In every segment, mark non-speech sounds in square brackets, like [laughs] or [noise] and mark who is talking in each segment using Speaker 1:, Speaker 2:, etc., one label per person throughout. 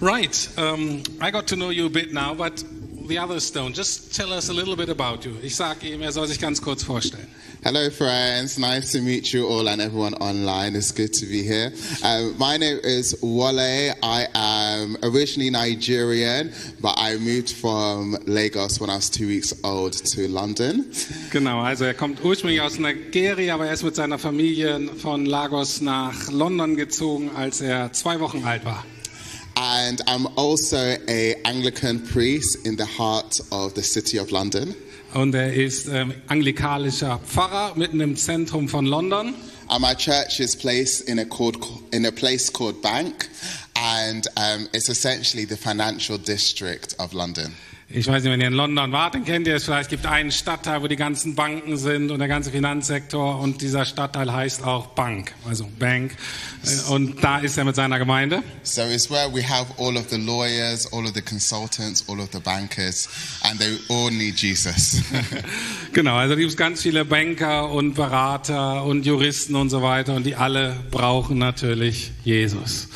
Speaker 1: Right. Um, I got to know you a bit now, but the others don't. Just tell us a little bit about you. Ich sag ihm, er soll sich ganz kurz vorstellen.
Speaker 2: Hello, friends. Nice to meet you all and everyone online. It's good to be here. Um, my name is Wale. I am originally Nigerian, but I moved from Lagos when I was two weeks old to London.
Speaker 1: Genau, also er kommt ursprünglich aus Nigeria, aber er ist mit seiner Familie von Lagos nach London gezogen, als er zwei Wochen alt war.
Speaker 2: And I'm also a Anglican priest in the heart of the city of London.
Speaker 1: Und er ist ähm, anglikalischer Pfarrer mitten im Zentrum von London.
Speaker 2: And my church is placed in a, called, in a place called Bank, and um, it's essentially the financial district of London.
Speaker 1: Ich weiß nicht, wenn ihr in London wart, dann kennt ihr es vielleicht. Es gibt einen Stadtteil, wo die ganzen Banken sind und der ganze Finanzsektor. Und dieser Stadtteil heißt auch Bank, also Bank. Und da ist er mit seiner Gemeinde.
Speaker 2: So it's where we have all of the lawyers, all of the consultants, all of the bankers, and they all need Jesus. [laughs]
Speaker 1: [laughs] Genau, also gibt es ganz viele Banker und Berater und Juristen und so weiter. Und die alle brauchen natürlich Jesus.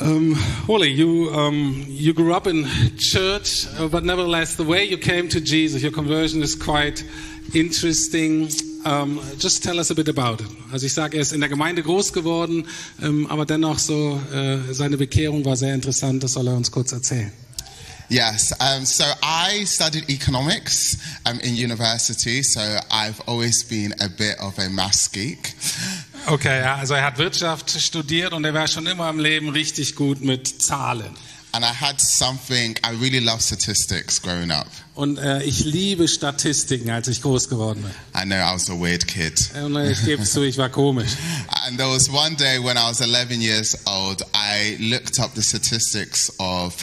Speaker 1: Um, Holly, you um, you grew up in church, uh, but nevertheless, the way you came to Jesus, your conversion is quite interesting. Um, just tell us a bit about it. Also ich sage, er ist in der Gemeinde groß geworden, ähm, aber dennoch so äh, seine Bekehrung war sehr interessant. Das soll er uns kurz erzählen.
Speaker 2: Yes, um, so I studied economics um, in university, so I've always been a bit of a maths geek.
Speaker 1: Okay, ja, also er hat Wirtschaft studiert und er war schon immer im Leben richtig gut mit Zahlen.
Speaker 2: And I had something, I really love statistics growing up.
Speaker 1: Und äh, ich liebe Statistiken, als ich groß geworden bin.
Speaker 2: I know I was a weird kid.
Speaker 1: Und äh, ich gebe zu, ich war komisch.
Speaker 2: And there was one day when I was 11 years old, I looked up the statistics of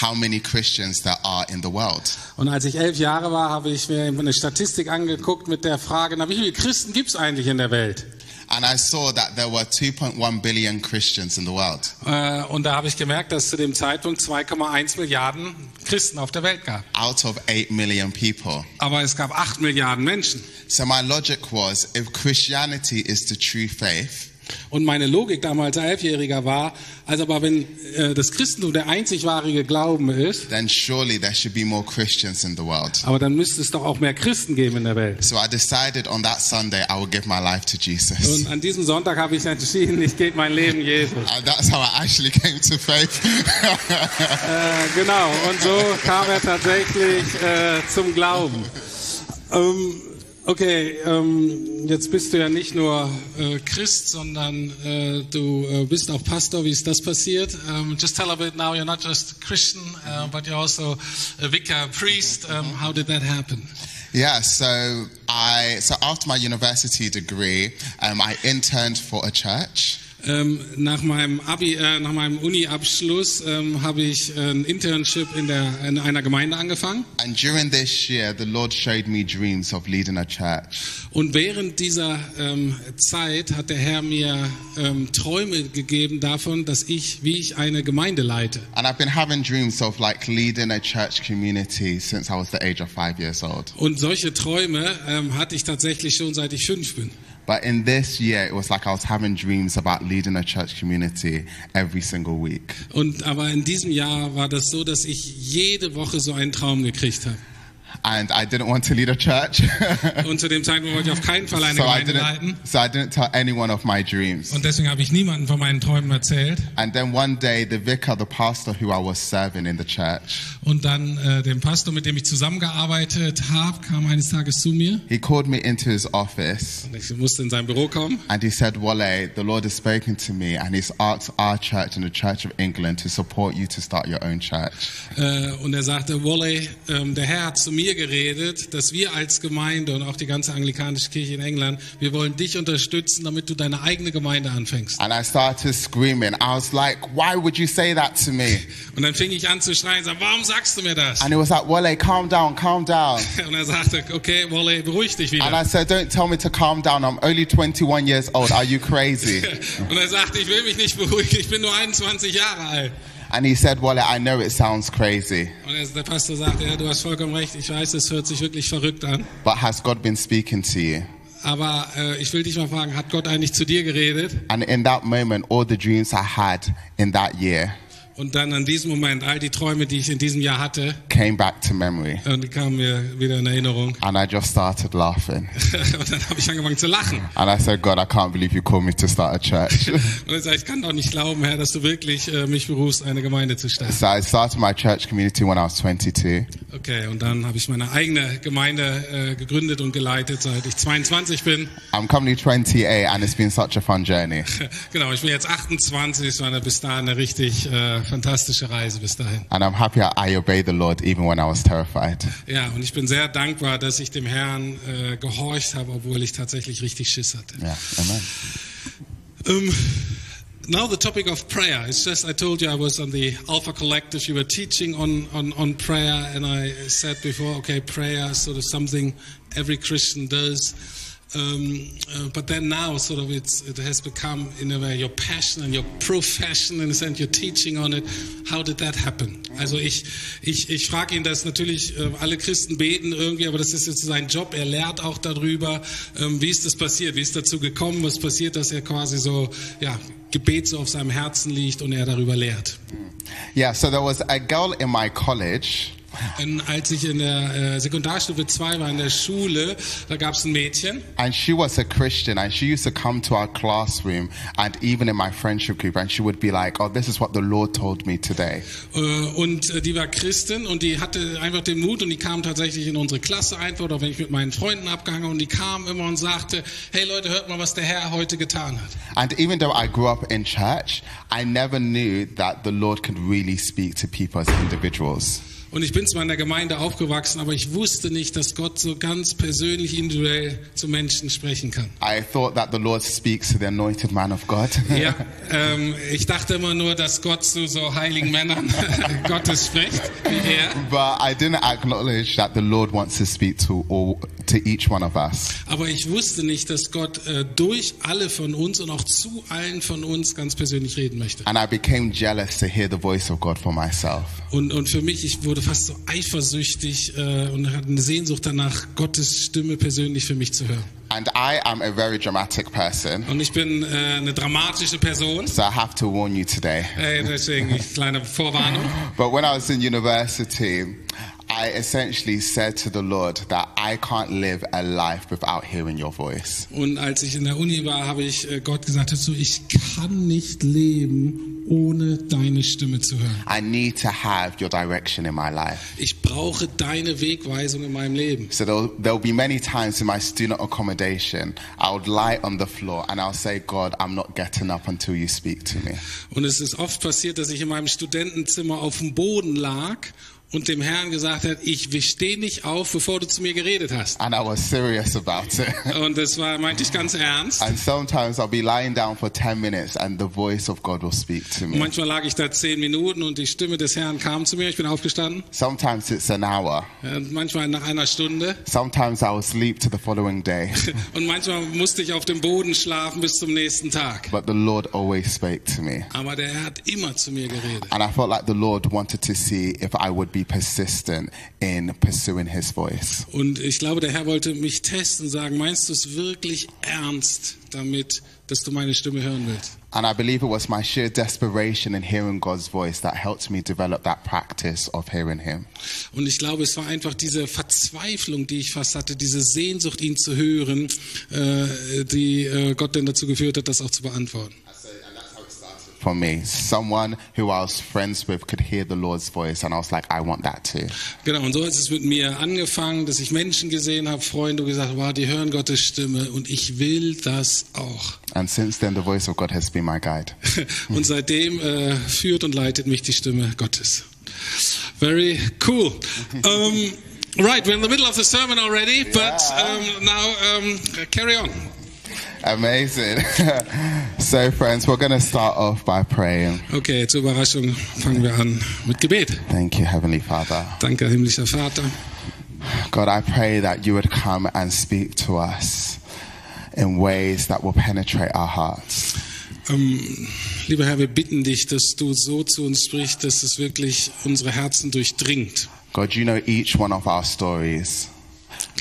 Speaker 2: how many Christians there are in the world.
Speaker 1: Und als ich elf Jahre war, habe ich mir eine Statistik angeguckt mit der Frage, na, wie viele Christen gibt es eigentlich in der Welt?
Speaker 2: And I saw that there were 2.1 billion Christians in the world.
Speaker 1: Äh, und da habe ich gemerkt, dass es zu dem Zeitpunkt 2,1 Milliarden Christen auf der Welt gab.
Speaker 2: out of 8 million people.
Speaker 1: Aber es gab 8 Milliarden Menschen.
Speaker 2: So my logic was if Christianity is the true faith,
Speaker 1: Und meine Logik damals als Elfjähriger war, also aber wenn äh, das Christentum der einzig wahre Glauben ist,
Speaker 2: then surely there should be more Christians in the world.
Speaker 1: aber dann müsste es doch auch mehr Christen geben in der Welt.
Speaker 2: So I decided on that Sunday I would give my life to Jesus.
Speaker 1: Und an diesem Sonntag habe ich entschieden, ich gebe mein Leben Jesus.
Speaker 2: And that's how I actually [laughs] came to faith. [laughs]
Speaker 1: Äh, genau, und so kam er tatsächlich äh, zum Glauben. Ähm, okay, ähm, jetzt bist du ja nicht nur äh, Christ, sondern äh, du äh, bist auch Pastor. Wie ist das passiert? Ähm, just tell a bit now, you're not just Christian, uh, but you're also a vicar, priest. Um, how did that happen?
Speaker 2: yeah, so I so after my university degree, um, I interned for a church.
Speaker 1: Ähm, nach meinem Abi, äh, nach meinem Uni-Abschluss ähm, habe ich ein Internship in, der, in einer Gemeinde angefangen.
Speaker 2: And during this year, the Lord showed me dreams of leading a church.
Speaker 1: Und während dieser ähm, Zeit hat der Herr mir ähm, Träume gegeben davon, dass ich, wie ich eine Gemeinde leite.
Speaker 2: And I've been having dreams of like leading a church community since I was the age of five years old.
Speaker 1: Und solche Träume ähm, hatte ich tatsächlich schon seit ich fünf bin.
Speaker 2: But in this year, it was like I was having dreams about leading a church community every single week.
Speaker 1: Und aber in diesem Jahr war das so, dass ich jede Woche so einen Traum gekriegt habe.
Speaker 2: And I didn't want to lead a church. [laughs]
Speaker 1: Und zu dem Zeitpunkt wollte ich auf keinen Fall eine
Speaker 2: so, I
Speaker 1: Gemeinde leiten.
Speaker 2: didn't, so I didn't tell anyone of my dreams.
Speaker 1: Und deswegen habe ich niemandem von meinen Träumen erzählt.
Speaker 2: And then one day, the vicar, the pastor who I was serving in the church,
Speaker 1: Und dann äh, dem Pastor, mit dem ich zusammengearbeitet habe, kam eines Tages zu mir.
Speaker 2: he called me into his office
Speaker 1: Und ich musste in sein Büro kommen.
Speaker 2: and he said, Wale, the Lord has spoken to me and he's asked our church and the Church of England to support you to start your own church.
Speaker 1: Äh, und er sagte, Wally, ähm, der Herr hat zu mir geredet, dass wir als Gemeinde und auch die ganze anglikanische Kirche in England, wir wollen dich unterstützen, damit du deine eigene Gemeinde anfängst.
Speaker 2: And I started screaming. I was like, why would you say that to me?
Speaker 1: Und dann fing ich an zu schreien, sag, warum sagst du mir das?
Speaker 2: And he was like, Wale, calm down, calm down.
Speaker 1: Und er sagte, okay, Wally, beruhig dich
Speaker 2: And
Speaker 1: wieder.
Speaker 2: I said, don't tell me to calm down. I'm only 21 years old. Are
Speaker 1: [laughs]
Speaker 2: you crazy?
Speaker 1: Und er sagte, ich will mich nicht beruhigen, ich bin nur 21 Jahre alt.
Speaker 2: And he said, Wale, I know it sounds crazy,
Speaker 1: Und er, der Pastor sagte, ja, du hast vollkommen recht, ich weiß, es hört sich wirklich verrückt an.
Speaker 2: but has God been speaking to you?
Speaker 1: Aber äh, ich will dich mal fragen, hat Gott eigentlich zu dir geredet?
Speaker 2: And in that moment, all the dreams I had in that year
Speaker 1: Und dann an diesem Moment, all die Träume, die ich in diesem Jahr hatte,
Speaker 2: came back to memory.
Speaker 1: äh, die kamen mir wieder in Erinnerung. [laughs]
Speaker 2: And I just started laughing.
Speaker 1: Und dann habe ich angefangen zu lachen.
Speaker 2: And I said, God, I can't believe you called me to start a church.
Speaker 1: Und ich sage, ich kann doch nicht glauben, Herr, dass du wirklich äh, mich berufst, eine Gemeinde zu starten.
Speaker 2: so I started my church community when I was 22.
Speaker 1: Okay, und dann habe ich meine eigene Gemeinde äh, gegründet und geleitet, seit ich 22 bin. [laughs]
Speaker 2: I'm currently 28 and it's been such a fun journey.
Speaker 1: genau, ich bin jetzt 28, es war eine, bis dahin eine richtig äh, fantastische Reise bis dahin.
Speaker 2: And I'm happy I- I obeyed the Lord even when I was terrified.
Speaker 1: Ja, und ich bin sehr dankbar, dass ich dem Herrn äh, gehorcht habe, obwohl ich tatsächlich richtig Schiss hatte.
Speaker 2: Yeah, amen.
Speaker 1: Um, now the topic of prayer. It's just I told you I was on the Alpha Collective. You were teaching on, on, on prayer, and I said before, okay, prayer is sort of something every Christian does. Um, uh, but then now, sort of, it's, it has become in a way your passion and your profession, in a sense, your teaching on it. How did that happen? Also ich, ich, ich frage ihn das natürlich, äh, alle Christen beten irgendwie, aber das ist jetzt sein Job, er lehrt auch darüber, ähm, wie ist das passiert, wie ist dazu gekommen, was passiert, dass er quasi so, ja, Gebet so auf seinem Herzen liegt und er darüber lehrt.
Speaker 2: Yeah, so there was a girl in my college.
Speaker 1: Und als ich in der äh, Sekundarstufe 2 war, in der Schule, da gab es ein Mädchen,
Speaker 2: And she was a Christian and she used to come to our classroom and even in my friendship group and she would be like, Oh, this is what the Lord told me today.
Speaker 1: Äh, und äh, die war Christin und die hatte einfach den Mut und die kam tatsächlich in unsere Klasse einfach oder wenn ich mit meinen Freunden abgehangen und die kam immer und sagte, hey Leute, hört mal, was der Herr heute getan hat.
Speaker 2: And even though I grew up in church, I never knew that the Lord could really speak to people as individuals.
Speaker 1: Und ich bin zwar in der Gemeinde aufgewachsen, aber ich wusste nicht, dass Gott so ganz persönlich individuell zu Menschen sprechen kann.
Speaker 2: I thought that the Lord speaks to the anointed man of God.
Speaker 1: Ja, ähm, ich dachte immer nur, dass Gott zu so heiligen Männern [laughs] Gottes spricht, wie er.
Speaker 2: [laughs] But I didn't acknowledge that the Lord wants to speak to all, to each one of us.
Speaker 1: Aber ich wusste nicht, dass Gott äh, durch alle von uns und auch zu allen von uns ganz persönlich reden möchte.
Speaker 2: And I became jealous to hear the voice of God for myself.
Speaker 1: Und, und für mich, ich wurde fast so eifersüchtig äh, und hatte eine Sehnsucht danach, Gottes Stimme persönlich für mich zu hören.
Speaker 2: And I am a very dramatic person.
Speaker 1: Und ich bin äh, eine dramatische Person,
Speaker 2: So I have to warn you today.
Speaker 1: äh, deswegen ich, kleine Vorwarnung.
Speaker 2: But when I was in university, I essentially said to the Lord that I can't live a life without hearing your voice.
Speaker 1: Und als ich in der Uni war, habe ich äh, Gott gesagt, dazu, ich kann nicht leben, ohne deine Stimme zu hören.
Speaker 2: I need to have your direction in my life.
Speaker 1: Ich brauche deine Wegweisung in meinem Leben.
Speaker 2: So there'll, there'll be many times in my student accommodation, I would lie on the floor and I'll say, God, I'm not getting up until you speak to me.
Speaker 1: Und es ist oft passiert, dass ich in meinem Studentenzimmer auf dem Boden lag und dem Herrn gesagt hat, ich stehe nicht auf, bevor du zu mir geredet hast.
Speaker 2: And I was serious about it. [laughs]
Speaker 1: Und das war, meinte ich ganz ernst.
Speaker 2: And sometimes I'll be lying down for 10 minutes and the voice of God will speak to
Speaker 1: Und
Speaker 2: me.
Speaker 1: manchmal lag ich da zehn Minuten und die Stimme des Herrn kam zu mir. Ich bin aufgestanden.
Speaker 2: Sometimes it's an hour.
Speaker 1: Und manchmal nach einer Stunde. [laughs]
Speaker 2: Sometimes I will sleep to the following day.
Speaker 1: Und manchmal musste ich auf dem Boden schlafen bis zum nächsten Tag.
Speaker 2: But the Lord always spoke to me.
Speaker 1: Aber der Herr hat immer zu mir geredet.
Speaker 2: And I felt like the Lord wanted to see if I would be persistent in pursuing his voice.
Speaker 1: Und ich glaube, der Herr wollte mich testen und sagen, meinst du es wirklich ernst damit, dass du meine Stimme hören willst?
Speaker 2: And I believe it was my sheer desperation in hearing God's voice that helped me develop that practice of hearing him.
Speaker 1: Und ich glaube, es war einfach diese Verzweiflung, die ich fast hatte, diese Sehnsucht, ihn zu hören, äh, die äh, Gott denn dazu geführt hat, das auch zu beantworten.
Speaker 2: For me, someone who I was friends with could hear the Lord's voice, and I was like, I want that too.
Speaker 1: Genau, und so ist es mit mir angefangen, dass ich Menschen gesehen habe, Freunde, und gesagt, habe, wow, die hören Gottes Stimme und ich will das auch. [laughs]
Speaker 2: And since then, the voice of God has been my guide.
Speaker 1: Und seitdem äh, führt und leitet mich die Stimme Gottes. Very cool. Um, right, we're in the middle of the sermon already, but um, now um, carry on.
Speaker 2: Amazing. [laughs] so, friends, we're going to start off by praying.
Speaker 1: Okay, zur Überraschung fangen wir an mit Gebet.
Speaker 2: Thank you, Heavenly Father.
Speaker 1: Danke, himmlischer Vater.
Speaker 2: God, I pray that you would come and speak to us in ways that will penetrate our hearts.
Speaker 1: Ähm, lieber Herr, wir bitten dich, dass du so zu uns sprichst, dass es wirklich unsere Herzen durchdringt.
Speaker 2: God, you know each one of our stories.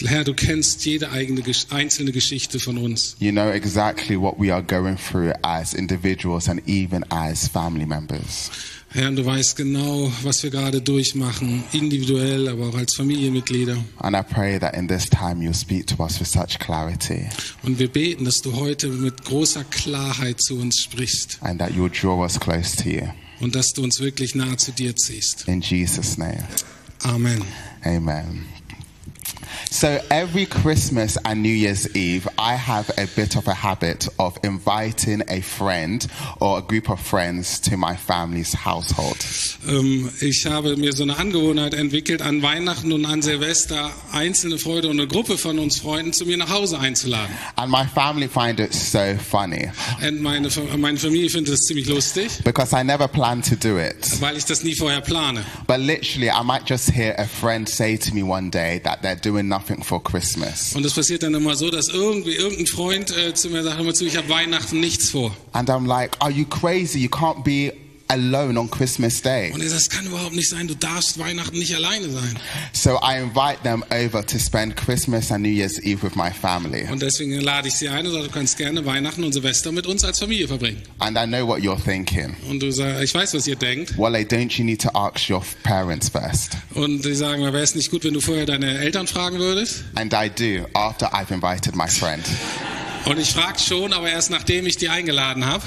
Speaker 1: Herr, du kennst jede eigene, Gesch- einzelne Geschichte von uns.
Speaker 2: You know exactly what we are going through as individuals and even as family members.
Speaker 1: Herr, und du weißt genau, was wir gerade durchmachen, individuell, aber auch als Familienmitglieder.
Speaker 2: And I pray that in this time you'll speak to us with such clarity
Speaker 1: Und wir beten, dass du heute mit großer Klarheit zu uns sprichst
Speaker 2: and that you'll draw us close to you.
Speaker 1: und dass du uns wirklich nahe zu dir ziehst.
Speaker 2: In Jesus' name.
Speaker 1: Amen.
Speaker 2: Amen. So every Christmas and New Year's Eve, I have a bit of a habit of inviting a friend or a group of friends to my family's household.
Speaker 1: Ähm, ich habe mir so eine Angewohnheit entwickelt, an Weihnachten und an Silvester einzelne Freude und eine Gruppe von uns Freunden zu mir nach Hause einzuladen.
Speaker 2: And my family find it so funny
Speaker 1: Und meine, Fa- meine Familie findet das ziemlich lustig,
Speaker 2: because I never plan to do it.
Speaker 1: weil ich das nie vorher plane.
Speaker 2: But literally, I might just hear a friend say to me one day that they're doing nothing for Christmas.
Speaker 1: Und es passiert dann immer so, dass irgendwie irgendein Freund äh, zu mir sagt, hör mal zu, ich habe Weihnachten nichts vor.
Speaker 2: And I'm like, are you crazy? You can't be alone on Christmas Day.
Speaker 1: Und er sagt, das kann überhaupt nicht sein, du darfst Weihnachten nicht alleine sein.
Speaker 2: So I invite them over to spend Christmas and New Year's Eve with my family.
Speaker 1: Und deswegen lade ich sie ein und sage, du kannst gerne Weihnachten und Silvester mit uns als Familie verbringen.
Speaker 2: And I know what you're thinking.
Speaker 1: Und du sagst, ich weiß, was ihr denkt.
Speaker 2: Wale, don't you need to ask your parents first?
Speaker 1: Und die sagen, wäre es nicht gut, wenn du vorher deine Eltern fragen würdest?
Speaker 2: And I do after I've invited my friend.
Speaker 1: Und ich frage schon, aber erst nachdem ich die eingeladen habe.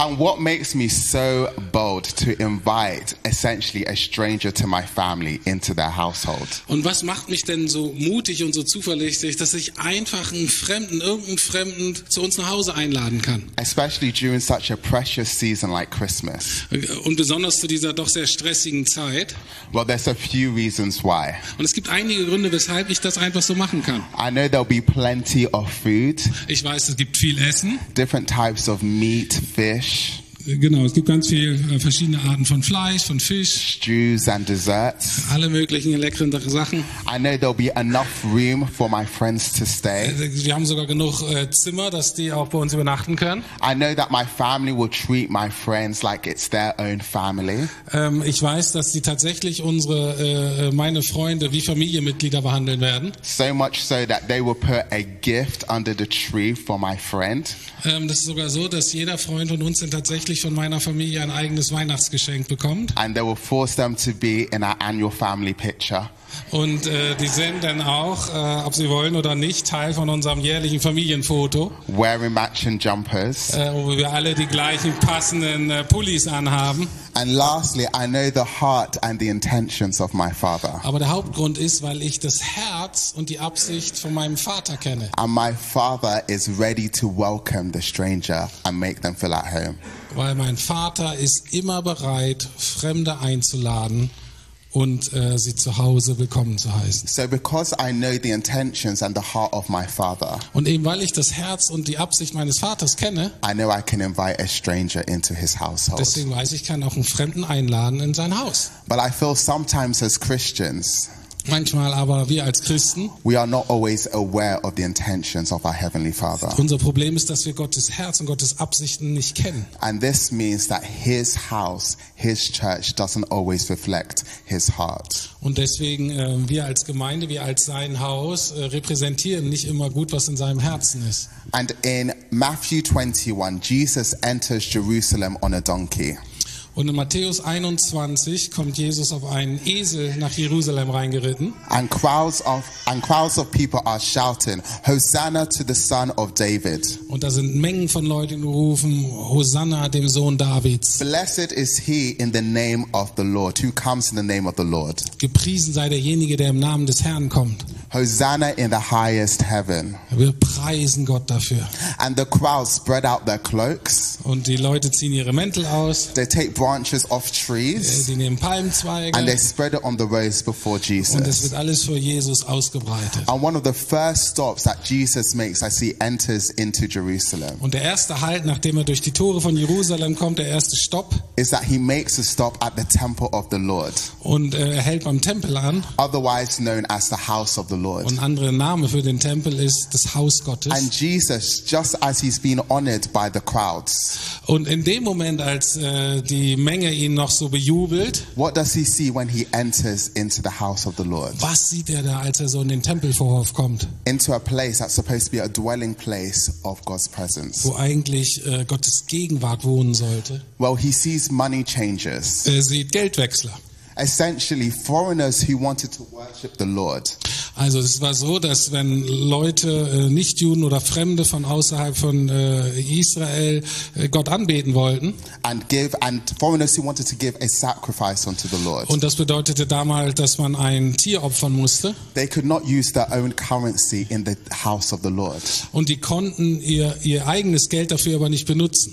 Speaker 2: And what makes me so bold to invite essentially a stranger to my family into their household?
Speaker 1: Und was macht mich denn so mutig und so zuverlässig, dass ich einfach einen Fremden, irgendeinen Fremden zu uns nach Hause einladen kann?
Speaker 2: Especially during such a precious season like Christmas.
Speaker 1: Und besonders zu dieser doch sehr stressigen Zeit.
Speaker 2: Well, there's a few reasons why.
Speaker 1: Und es gibt einige Gründe, weshalb ich das einfach so machen kann.
Speaker 2: I know there'll be plenty of food,
Speaker 1: Ich weiß, es gibt viel Essen.
Speaker 2: different types of meat, fish,
Speaker 1: Genau, es gibt ganz viel äh, verschiedene Arten von Fleisch, von Fisch,
Speaker 2: stews, and desserts.
Speaker 1: alle möglichen leckeren Sachen.
Speaker 2: I know there'll be enough room for my friends to
Speaker 1: Äh,
Speaker 2: stay.
Speaker 1: Wir haben sogar genug äh, Zimmer, dass die auch bei uns übernachten können.
Speaker 2: I know that my family will treat my friends like it's their own family.
Speaker 1: Ähm, ich weiß, dass sie tatsächlich unsere, äh, meine Freunde wie Familienmitglieder behandeln werden.
Speaker 2: So much so that they will put a gift under the tree for my friend.
Speaker 1: Ähm, das ist sogar so, dass jeder Freund von uns dann tatsächlich von meiner Familie ein eigenes Weihnachtsgeschenk bekommt.
Speaker 2: And they will force them to be in our annual family picture.
Speaker 1: Und äh, die sind dann auch, äh, ob sie wollen oder nicht, Teil von unserem jährlichen Familienfoto,
Speaker 2: Wearing matching jumpers.
Speaker 1: äh, wo wir alle die gleichen passenden äh, Pullis anhaben.
Speaker 2: And lastly, I know the heart and the intentions of my father.
Speaker 1: Aber der Hauptgrund ist, weil ich das Herz und die Absicht von meinem Vater kenne.
Speaker 2: And my father is ready to welcome the stranger and make them feel at home.
Speaker 1: Weil mein Vater ist immer bereit, Fremde einzuladen und äh, sie zu Hause willkommen zu heißen.
Speaker 2: So, because I know the intentions and the heart of my father,
Speaker 1: Und eben weil ich das Herz und die Absicht meines Vaters kenne,
Speaker 2: I know I can invite a stranger into his household.
Speaker 1: deswegen weiß ich, kann auch einen Fremden einladen in sein Haus.
Speaker 2: But I feel sometimes as Christians,
Speaker 1: Manchmal aber wir als Christen,
Speaker 2: we are not always aware of the intentions of our Heavenly Father.
Speaker 1: unser Problem ist, dass wir Gottes Herz und Gottes Absichten nicht kennen.
Speaker 2: And this means that his house, his church doesn't always reflect his heart.
Speaker 1: Und deswegen äh, wir als Gemeinde, wir als sein Haus äh, repräsentieren nicht immer gut, was in seinem Herzen ist.
Speaker 2: And in Matthew 21, Jesus enters Jerusalem on a donkey.
Speaker 1: Und in Matthäus 21 kommt Jesus auf einen Esel nach Jerusalem reingeritten
Speaker 2: And crowds of, and crowds of people are shouting, Hosanna to the son of David.
Speaker 1: und da sind Mengen von Leuten gerufen, Hosanna dem Sohn Davids,
Speaker 2: Blessed is he in the name of the Lord, who comes in the name of the Lord.
Speaker 1: gepriesen sei derjenige, der im Namen des Herrn kommt.
Speaker 2: Hosanna in the highest heaven.
Speaker 1: Wir preisen Gott dafür.
Speaker 2: And the crowd spread out their cloaks.
Speaker 1: Und die Leute ziehen ihre Mäntel aus, äh,
Speaker 2: They take branches off trees
Speaker 1: sie nehmen
Speaker 2: and they
Speaker 1: Palmzweige
Speaker 2: spread it on the roads before
Speaker 1: und es
Speaker 2: Jesus.
Speaker 1: wird alles für Jesus ausgebreitet.
Speaker 2: And one of the first stops that Jesus makes as he enters into Jerusalem
Speaker 1: Und der erste Halt, nachdem er durch die Tore von Jerusalem kommt, der erste Stopp
Speaker 2: is that he makes a stop at the temple of the Lord,
Speaker 1: und äh, er hält beim Tempel an.
Speaker 2: otherwise known as the house of the Lord.
Speaker 1: Und ein anderer Name für den Tempel ist das Haus Gottes.
Speaker 2: And Jesus, just as he's been honored by the crowds,
Speaker 1: Und in dem Moment, als äh, die die Menge ihn noch so bejubelt.
Speaker 2: What does he see when he enters into the house of the Lord?
Speaker 1: Was sieht er da, als er so in den Tempelvorhof kommt,
Speaker 2: Into a place that's supposed to be a dwelling place of God's presence.
Speaker 1: wo eigentlich äh, Gottes Gegenwart wohnen sollte?
Speaker 2: Well, he sees money changers,
Speaker 1: Er sieht Geldwechsler.
Speaker 2: essentially foreigners who wanted to worship the Lord.
Speaker 1: Also es war so, dass wenn Leute, äh, Nichtjuden oder Fremde von außerhalb von äh, Israel äh, Gott anbeten wollten,
Speaker 2: and give and foreigners who wanted to give a sacrifice unto the Lord.
Speaker 1: und das bedeutete damals, dass man ein Tier opfern musste,
Speaker 2: They could not use their own currency in the house of the Lord,
Speaker 1: und die konnten ihr, ihr eigenes Geld dafür aber nicht benutzen.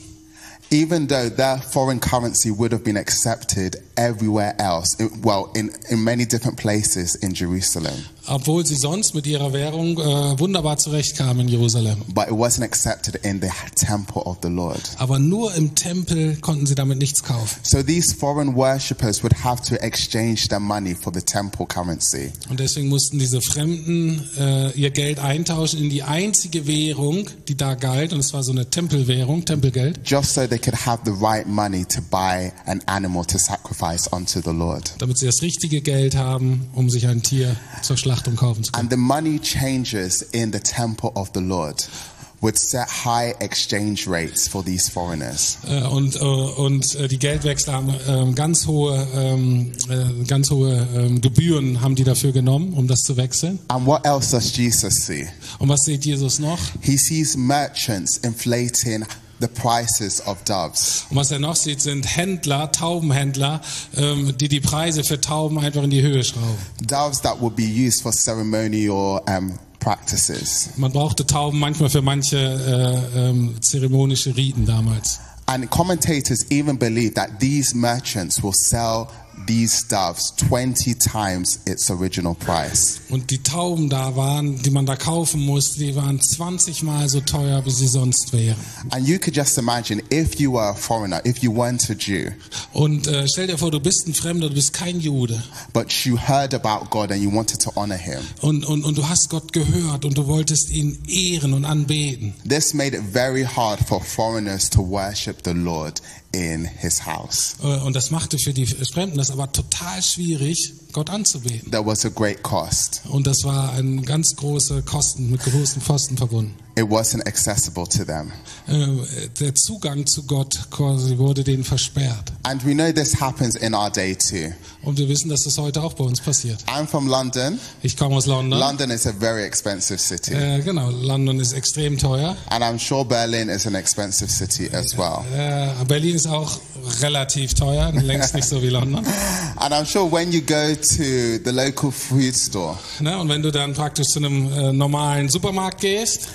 Speaker 2: even though their foreign currency would have been accepted everywhere else. in- Well, in, in many different places in Jerusalem,
Speaker 1: obwohl sie sonst mit ihrer Währung äh, wunderbar zurechtkamen in Jerusalem.
Speaker 2: but it wasn't accepted in the temple of the Lord.
Speaker 1: Aber nur im Tempel konnten sie damit nichts kaufen.
Speaker 2: So these foreign worshippers would have to exchange their money for the temple currency.
Speaker 1: Und deswegen mussten diese Fremden äh, ihr Geld eintauschen in die einzige Währung, die da galt, und es war so eine Tempelwährung, Tempelgeld,
Speaker 2: Just so they could have the right money to buy an animal to sacrifice unto the Lord.
Speaker 1: damit sie das richtige Geld haben, um sich ein Tier zur Schlachtung kaufen zu können.
Speaker 2: And the money changers in the temple of the Lord would set high exchange rates for these foreigners.
Speaker 1: Äh, und äh, und äh, die Geldwechsler haben ähm, ganz hohe, ähm, äh, ganz hohe ähm, Gebühren haben die dafür genommen, um das zu wechseln.
Speaker 2: And what else does Jesus see?
Speaker 1: Und was sieht Jesus noch?
Speaker 2: He sees merchants inflating the prices of doves.
Speaker 1: Und was er noch sieht, sind Händler, Taubenhändler, ähm, die die Preise für Tauben einfach in die Höhe schrauben.
Speaker 2: Doves that would be used for ceremonial um, practices.
Speaker 1: Man brauchte Tauben manchmal für manche äh, ähm, zeremonische Riten damals.
Speaker 2: And commentators even believe that these merchants will sell these doves 20 times its original price.
Speaker 1: Und die Tauben da waren, die man da kaufen musste, die waren 20 Mal so teuer, wie sie sonst wären.
Speaker 2: And you could just imagine if you were a foreigner, if you weren't a Jew,
Speaker 1: Und äh, stell dir vor, du bist ein Fremder, du bist kein Jude.
Speaker 2: but you heard about God and you wanted to honor him.
Speaker 1: Und, und, und du hast Gott gehört und du wolltest ihn ehren und anbeten.
Speaker 2: This made it very hard for foreigners to worship the Lord in his house.
Speaker 1: Äh, Und das machte für die Fremden das aber total schwierig, Gott anzubeten.
Speaker 2: There was a great cost.
Speaker 1: Und das war ein ganz große Kosten, mit großen Kosten verbunden.
Speaker 2: It wasn't accessible to them.
Speaker 1: Äh, Der Zugang zu Gott quasi wurde denen versperrt.
Speaker 2: And we know this happens in our day too.
Speaker 1: Und wir wissen, dass das heute auch bei uns passiert.
Speaker 2: I'm from London.
Speaker 1: Ich komme aus London.
Speaker 2: London is a very expensive city.
Speaker 1: äh, genau, London ist extrem teuer.
Speaker 2: And I'm sure Berlin is an expensive city as well.
Speaker 1: Äh, Berlin ist auch relativ teuer, längst nicht so wie London. [laughs]
Speaker 2: And I'm sure when you go to the local food store,
Speaker 1: Ne? Und wenn du dann praktisch zu einem äh, normalen Supermarkt gehst,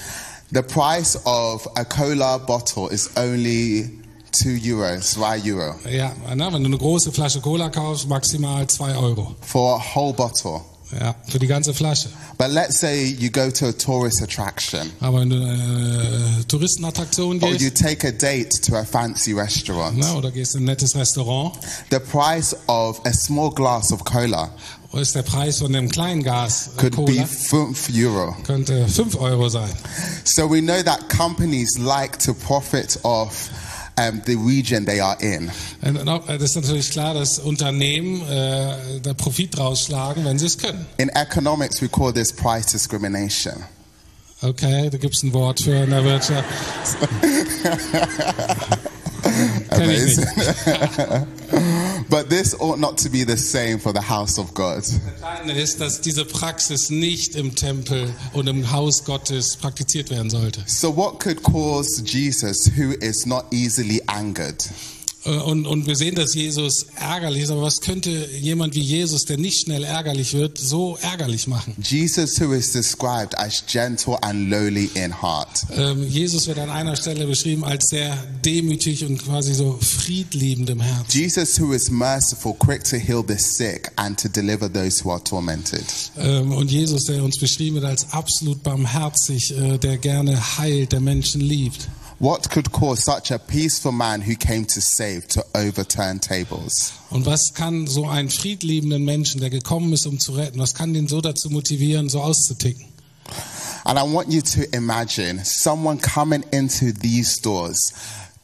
Speaker 2: the price of a cola bottle is only two euros, five euro,
Speaker 1: ja, ne? wenn du eine große Flasche Cola kaufst, maximal 2 Euro.
Speaker 2: for a whole bottle.
Speaker 1: Ja, für die ganze Flasche.
Speaker 2: But let's say you go to a tourist attraction
Speaker 1: Aber wenn du äh, Touristenattraktion
Speaker 2: or
Speaker 1: gehst,
Speaker 2: you take a date to a fancy restaurant,
Speaker 1: Ne, oder gehst in ein nettes Restaurant,
Speaker 2: the price of a small glass of cola
Speaker 1: oder ist der Preis von einem kleinen Gas äh,
Speaker 2: could be
Speaker 1: Cola,
Speaker 2: 5 euro.
Speaker 1: könnte 5 Euro sein.
Speaker 2: So we know that companies like to profit off um, the region they are in.
Speaker 1: Und auch, äh, Das ist natürlich klar, dass Unternehmen äh, da Profit rausschlagen, wenn sie es können.
Speaker 2: In economics, we call this price discrimination.
Speaker 1: Okay, da gibt es ein Wort für in der Wirtschaft. Kenn ich nicht.
Speaker 2: Amazing. [laughs] but this ought not to be the same for the house of God.
Speaker 1: Das Entscheidende ist, dass diese Praxis nicht im Tempel und im Haus Gottes praktiziert werden sollte.
Speaker 2: So, what could cause Jesus, who is not easily angered,
Speaker 1: Äh, Und, und wir sehen, dass Jesus ärgerlich ist, aber was könnte jemand wie Jesus, der nicht schnell ärgerlich wird, so ärgerlich machen?
Speaker 2: Jesus, who is described as gentle and lowly in heart,
Speaker 1: Ähm, Jesus wird an einer Stelle beschrieben als sehr demütig und quasi so friedliebend im Herzen.
Speaker 2: Jesus, who is merciful, quick to heal the sick and to deliver those who are tormented,
Speaker 1: Ähm, und Jesus, der uns beschrieben wird als absolut barmherzig, äh, der gerne heilt, der Menschen liebt.
Speaker 2: what could cause such a peaceful man who came to save to overturn tables?
Speaker 1: Und was kann so einen friedliebenden Menschen, der gekommen ist, um zu retten, was kann den so dazu motivieren, so auszuticken?
Speaker 2: And I want you to imagine someone coming into these doors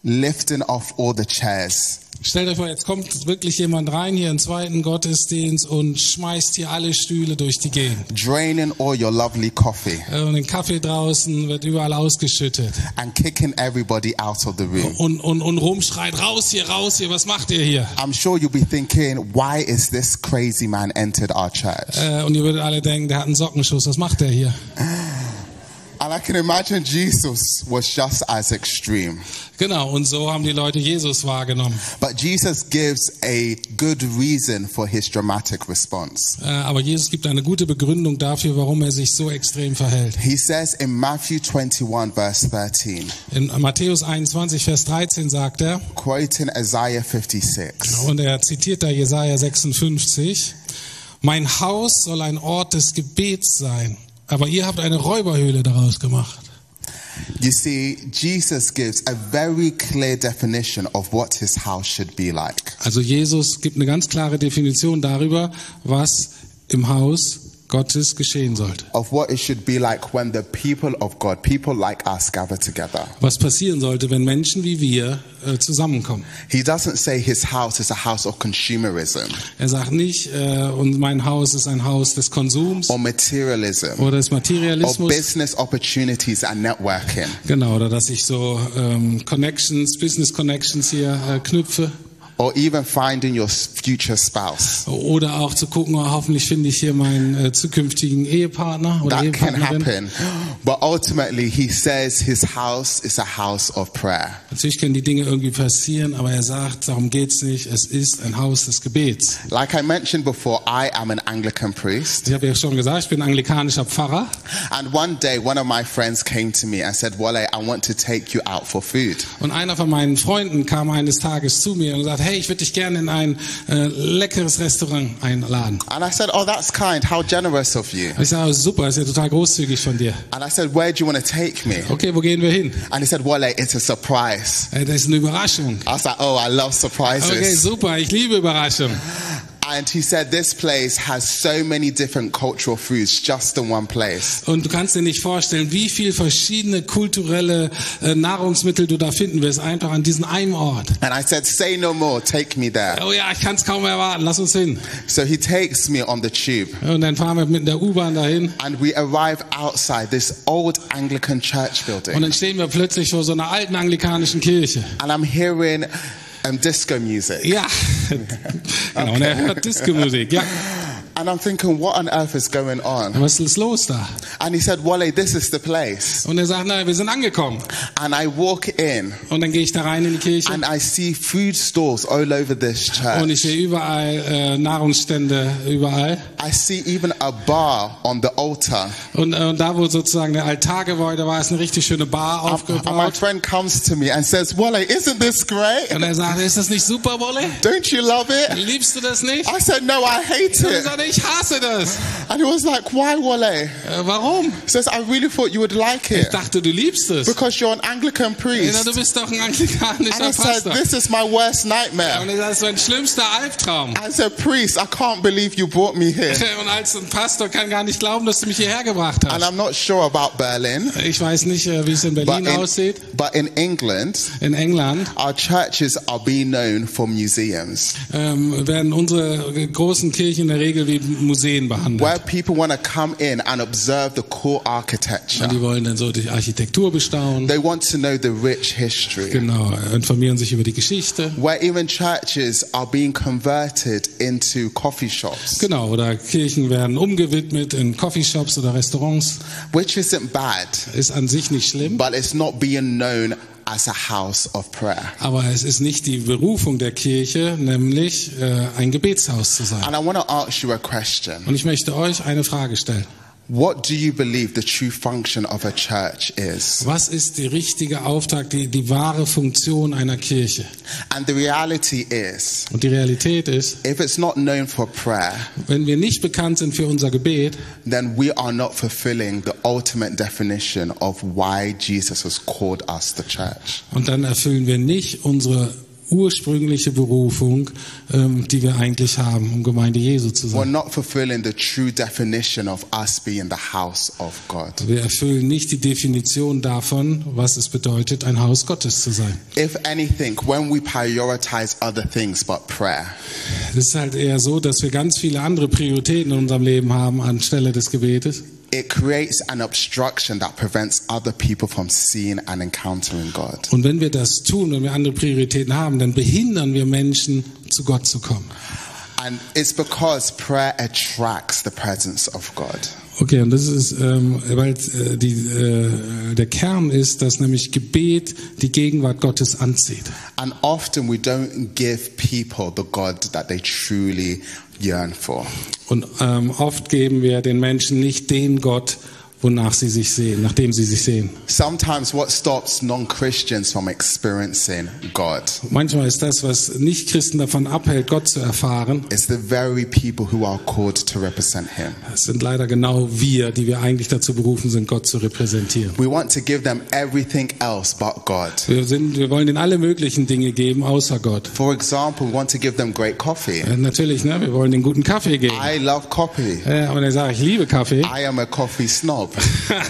Speaker 2: lifting off all the chairs.
Speaker 1: Stellt euch vor, jetzt kommt wirklich jemand rein hier im zweiten Gottesdienst und schmeißt hier alle Stühle durch die Gegend.
Speaker 2: draining all your lovely coffee
Speaker 1: Äh, Und den Kaffee draußen wird überall ausgeschüttet.
Speaker 2: and kicking everybody out of the room.
Speaker 1: Und, und, und rumschreit, raus hier, raus hier, was macht ihr hier?
Speaker 2: I'm sure you'll be thinking, why is this crazy man entered our church?
Speaker 1: Äh, Und ihr würdet alle denken, der hat einen Sockenschuss, was macht der hier?
Speaker 2: And I can imagine Jesus was just as extreme.
Speaker 1: Genau, und so haben die Leute Jesus wahrgenommen.
Speaker 2: But Jesus gives a good reason for his dramatic response.
Speaker 1: Äh, Aber Jesus gibt eine gute Begründung dafür, warum er sich so extrem verhält.
Speaker 2: He says in Matthew 21, verse 13,
Speaker 1: In Matthäus 21, Vers 13 sagt er,
Speaker 2: quoting Isaiah 56,
Speaker 1: und er zitiert da Jesaja 56, mein Haus soll ein Ort des Gebets sein, aber ihr habt eine Räuberhöhle daraus gemacht.
Speaker 2: you see, Jesus gives a very clear definition of what his house should be like.
Speaker 1: Also Jesus gibt eine ganz klare Definition darüber, was im Haus Gottes geschehen sollte.
Speaker 2: of what it should be like when the people of God, people like us, gather together.
Speaker 1: Was passieren sollte, wenn Menschen wie wir äh, zusammenkommen.
Speaker 2: He doesn't say his house is a house of consumerism
Speaker 1: Er sagt nicht, äh, und mein Haus ist ein Haus des Konsums
Speaker 2: or materialism
Speaker 1: oder des
Speaker 2: or
Speaker 1: Materialismus.
Speaker 2: business opportunities and networking.
Speaker 1: Genau, oder dass ich so ähm, Connections, Business Connections hier äh, knüpfe.
Speaker 2: Or even finding your s- future spouse.
Speaker 1: Oder auch zu gucken, oh, hoffentlich finde ich hier meinen äh, zukünftigen Ehepartner oder
Speaker 2: That can
Speaker 1: Ehepartnerin.
Speaker 2: happen. But ultimately, he says his house is a house of prayer.
Speaker 1: Natürlich können die Dinge irgendwie passieren, aber er sagt, darum geht's nicht. Es ist ein Haus des Gebets.
Speaker 2: Like I mentioned before, I am an Anglican priest.
Speaker 1: Ich habe ja schon gesagt, ich bin anglikanischer Pfarrer.
Speaker 2: And one day, one of my friends came to me and said, Wale, I want to take you out for food.
Speaker 1: Und einer von meinen Freunden kam eines Tages zu mir und sagt, hey, ich würde dich gerne in ein äh, leckeres Restaurant einladen.
Speaker 2: And I said, Oh, that's kind. How generous of you.
Speaker 1: Und ich sage, super, ist ja total großzügig von dir.
Speaker 2: And I said, Where do you want to take me?
Speaker 1: Okay, wo gehen wir hin?
Speaker 2: And he said, Wale, it's a surprise.
Speaker 1: Äh, das ist eine Überraschung.
Speaker 2: I was like, Oh, I love
Speaker 1: Okay,
Speaker 2: surprises.
Speaker 1: super, ich liebe Überraschungen.
Speaker 2: And he said, This place has so many different cultural foods just in one place.
Speaker 1: Und du kannst dir nicht vorstellen, wie viel verschiedene kulturelle äh, Nahrungsmittel du da finden wirst, einfach an diesem einen Ort.
Speaker 2: And I said, Say no more, take me there.
Speaker 1: Oh ja, ich kann es kaum erwarten, lass uns hin.
Speaker 2: So he takes me on the tube.
Speaker 1: Und dann fahren wir mit der U-Bahn dahin.
Speaker 2: And we arrive outside this old Anglican church
Speaker 1: Und
Speaker 2: building.
Speaker 1: dann stehen wir plötzlich vor so einer alten anglikanischen Kirche.
Speaker 2: And I'm hearing um, disco music.
Speaker 1: Ja, [laughs] genau. Und [laughs] er hört Disco-Musik. Ja,
Speaker 2: [laughs] And I'm thinking, What on earth is going on?
Speaker 1: was ist los da?
Speaker 2: And he said, Wale, this is the place.
Speaker 1: Und er sagt, naja, wir sind angekommen.
Speaker 2: And I walk in.
Speaker 1: Und dann gehe ich da rein in die Kirche
Speaker 2: And I see food stores all over this
Speaker 1: und ich
Speaker 2: church.
Speaker 1: sehe überall äh, Nahrungsstände, überall.
Speaker 2: I see even a bar on the altar.
Speaker 1: Und, äh, und da, wo sozusagen der Altargebäude war, ist eine richtig schöne Bar
Speaker 2: And my
Speaker 1: aufgebaut.
Speaker 2: friend comes to me and says, Wale, isn't this great?
Speaker 1: Und er sagte, ist das nicht super, Wolle?
Speaker 2: Don't you love it?
Speaker 1: Liebst du das nicht?
Speaker 2: I said, No, I hate
Speaker 1: Und er
Speaker 2: it.
Speaker 1: sagte, ich hasse das.
Speaker 2: And he was like, Why, Wale?
Speaker 1: Äh, warum?
Speaker 2: He says, I really thought you would like
Speaker 1: Ich
Speaker 2: it
Speaker 1: dachte, du liebst es.
Speaker 2: because you're an Anglican
Speaker 1: Ja,
Speaker 2: priest.
Speaker 1: du bist doch ein
Speaker 2: And
Speaker 1: anglikanischer
Speaker 2: I said,
Speaker 1: Pastor.
Speaker 2: This is my worst
Speaker 1: Und
Speaker 2: nightmare.
Speaker 1: er sagt, das ist mein schlimmster Albtraum.
Speaker 2: As a priest, I can't believe you brought me
Speaker 1: [laughs]
Speaker 2: here.
Speaker 1: Und als ein Pastor kann gar nicht glauben, dass du mich hierher gebracht
Speaker 2: And
Speaker 1: hast.
Speaker 2: I'm not sure about Berlin,
Speaker 1: Ich weiß nicht, äh, wie es in
Speaker 2: but
Speaker 1: Berlin
Speaker 2: in,
Speaker 1: aussieht,
Speaker 2: but in England,
Speaker 1: in England.
Speaker 2: Our churches are being known for museums
Speaker 1: ähm, werden unsere großen Kirchen in der Regel wie Museen behandelt.
Speaker 2: where people want to come in and observe the cool architecture.
Speaker 1: Und die wollen dann so die Architektur bestaunen,
Speaker 2: They want to know the rich history.
Speaker 1: genau, informieren sich über die Geschichte.
Speaker 2: Where even churches are being converted into coffee shops,
Speaker 1: Genau, oder Kirchen werden umgewidmet in Coffeeshops oder Restaurants.
Speaker 2: which isn't bad,
Speaker 1: Ist an sich nicht schlimm,
Speaker 2: but it's not being known as a house of prayer.
Speaker 1: aber es ist nicht die Berufung der Kirche, nämlich äh, ein Gebetshaus zu sein.
Speaker 2: And I want to ask you a question.
Speaker 1: Und ich möchte euch eine Frage stellen.
Speaker 2: What do you believe the true function of a church is?
Speaker 1: Was ist der richtige Auftrag, die, die wahre Funktion einer Kirche?
Speaker 2: And the reality is,
Speaker 1: Und die Realität ist,
Speaker 2: if it's not known for prayer,
Speaker 1: wenn wir nicht bekannt sind für unser Gebet,
Speaker 2: then we are not fulfilling the ultimate definition of why Jesus has called us the church.
Speaker 1: Und dann erfüllen wir nicht unsere ursprüngliche Berufung, ähm, die wir eigentlich haben, um Gemeinde Jesu zu
Speaker 2: We're
Speaker 1: sein.
Speaker 2: not fulfilling the true definition of us being the house of God.
Speaker 1: Wir erfüllen nicht die Definition davon, was es bedeutet, ein Haus Gottes zu sein.
Speaker 2: If anything, when we prioritize other things but prayer,
Speaker 1: Es ist halt eher so, dass wir ganz viele andere Prioritäten in unserem Leben haben anstelle des Gebetes.
Speaker 2: it creates an obstruction that prevents other people from seeing and encountering God.
Speaker 1: Und wenn wir das tun, wenn wir andere Prioritäten haben, dann behindern wir Menschen, zu Gott zu kommen.
Speaker 2: And it's because prayer attracts the presence of God.
Speaker 1: Okay, und das ist, ähm, weil äh, die, äh, der Kern ist, dass nämlich Gebet die Gegenwart Gottes anzieht.
Speaker 2: And often we don't give people the God that they truly yearn for.
Speaker 1: Und ähm, oft geben wir den Menschen nicht den Gott, wonach sie sich sehen, nachdem sie sich sehen.
Speaker 2: Sometimes what stops non Christians from experiencing God
Speaker 1: Manchmal ist das, was Nichtchristen davon abhält, Gott zu erfahren,
Speaker 2: is the very people who are called to represent Him.
Speaker 1: das sind leider genau wir, die wir eigentlich dazu berufen sind, Gott zu repräsentieren.
Speaker 2: We want to give them everything else but God.
Speaker 1: Wir, sind, wir wollen ihnen alle möglichen Dinge geben, außer Gott.
Speaker 2: For example, we want to give them great coffee.
Speaker 1: Äh, natürlich, ne, wir wollen den guten Kaffee geben.
Speaker 2: I love coffee.
Speaker 1: Äh, aber dann sage ich, ich liebe Kaffee. [laughs]
Speaker 2: I am a coffee snob.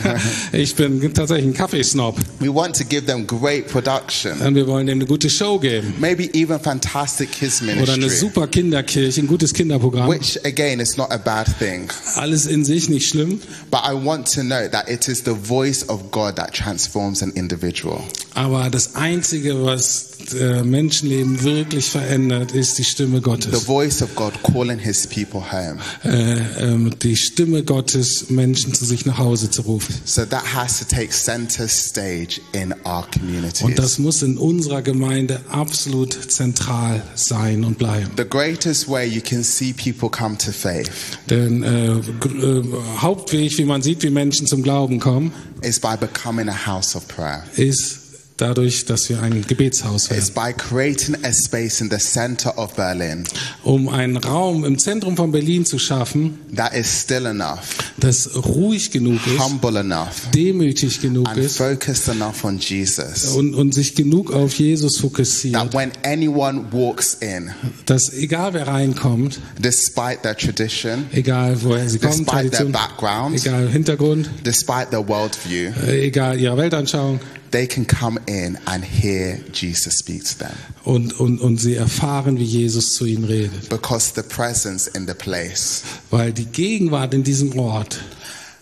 Speaker 2: [laughs]
Speaker 1: ich bin tatsächlich ein Kaffeesnob.
Speaker 2: we want to give them great production,
Speaker 1: Und wir wollen ihm eine gute Show geben.
Speaker 2: maybe even fantastic kids
Speaker 1: Oder eine
Speaker 2: ministry,
Speaker 1: super Kinderkirche, ein gutes Kinderprogramm.
Speaker 2: which again is not a bad thing.
Speaker 1: Alles in sich nicht schlimm.
Speaker 2: But I want to note that it is the voice of God that transforms an individual.
Speaker 1: Aber das Einzige, was äh, Menschenleben wirklich verändert, ist die Stimme
Speaker 2: The
Speaker 1: Gottes.
Speaker 2: voice of God calling his people home.
Speaker 1: Äh, ähm, die Stimme Gottes, Menschen zu sich nach Hause zu rufen.
Speaker 2: So that has to take center stage in our
Speaker 1: Und das
Speaker 2: communities.
Speaker 1: muss in unserer Gemeinde absolut zentral sein und bleiben.
Speaker 2: The greatest way you can see people come to faith
Speaker 1: Denn äh, gr- äh, Hauptweg, wie man sieht, wie Menschen zum Glauben kommen,
Speaker 2: is by becoming a house of prayer.
Speaker 1: ist dadurch, dass wir ein Gebetshaus
Speaker 2: It's
Speaker 1: werden.
Speaker 2: by creating a space in the center of Berlin
Speaker 1: Um einen Raum im Zentrum von Berlin zu schaffen,
Speaker 2: that is still enough,
Speaker 1: das ruhig genug ist,
Speaker 2: humble enough,
Speaker 1: demütig genug
Speaker 2: and
Speaker 1: ist
Speaker 2: focused enough on Jesus.
Speaker 1: und, und sich genug auf Jesus
Speaker 2: That
Speaker 1: fokussiert,
Speaker 2: when anyone walks in,
Speaker 1: dass egal wer reinkommt,
Speaker 2: despite their tradition,
Speaker 1: egal woher sie kommen,
Speaker 2: despite their
Speaker 1: Tradition,
Speaker 2: background,
Speaker 1: egal Hintergrund,
Speaker 2: despite their worldview,
Speaker 1: äh, egal ihre Weltanschauung
Speaker 2: they can come in and hear Jesus speak to them
Speaker 1: und, und, und sie erfahren, wie Jesus zu ihnen redet.
Speaker 2: because the presence in the place.
Speaker 1: Weil die Gegenwart in diesem Ort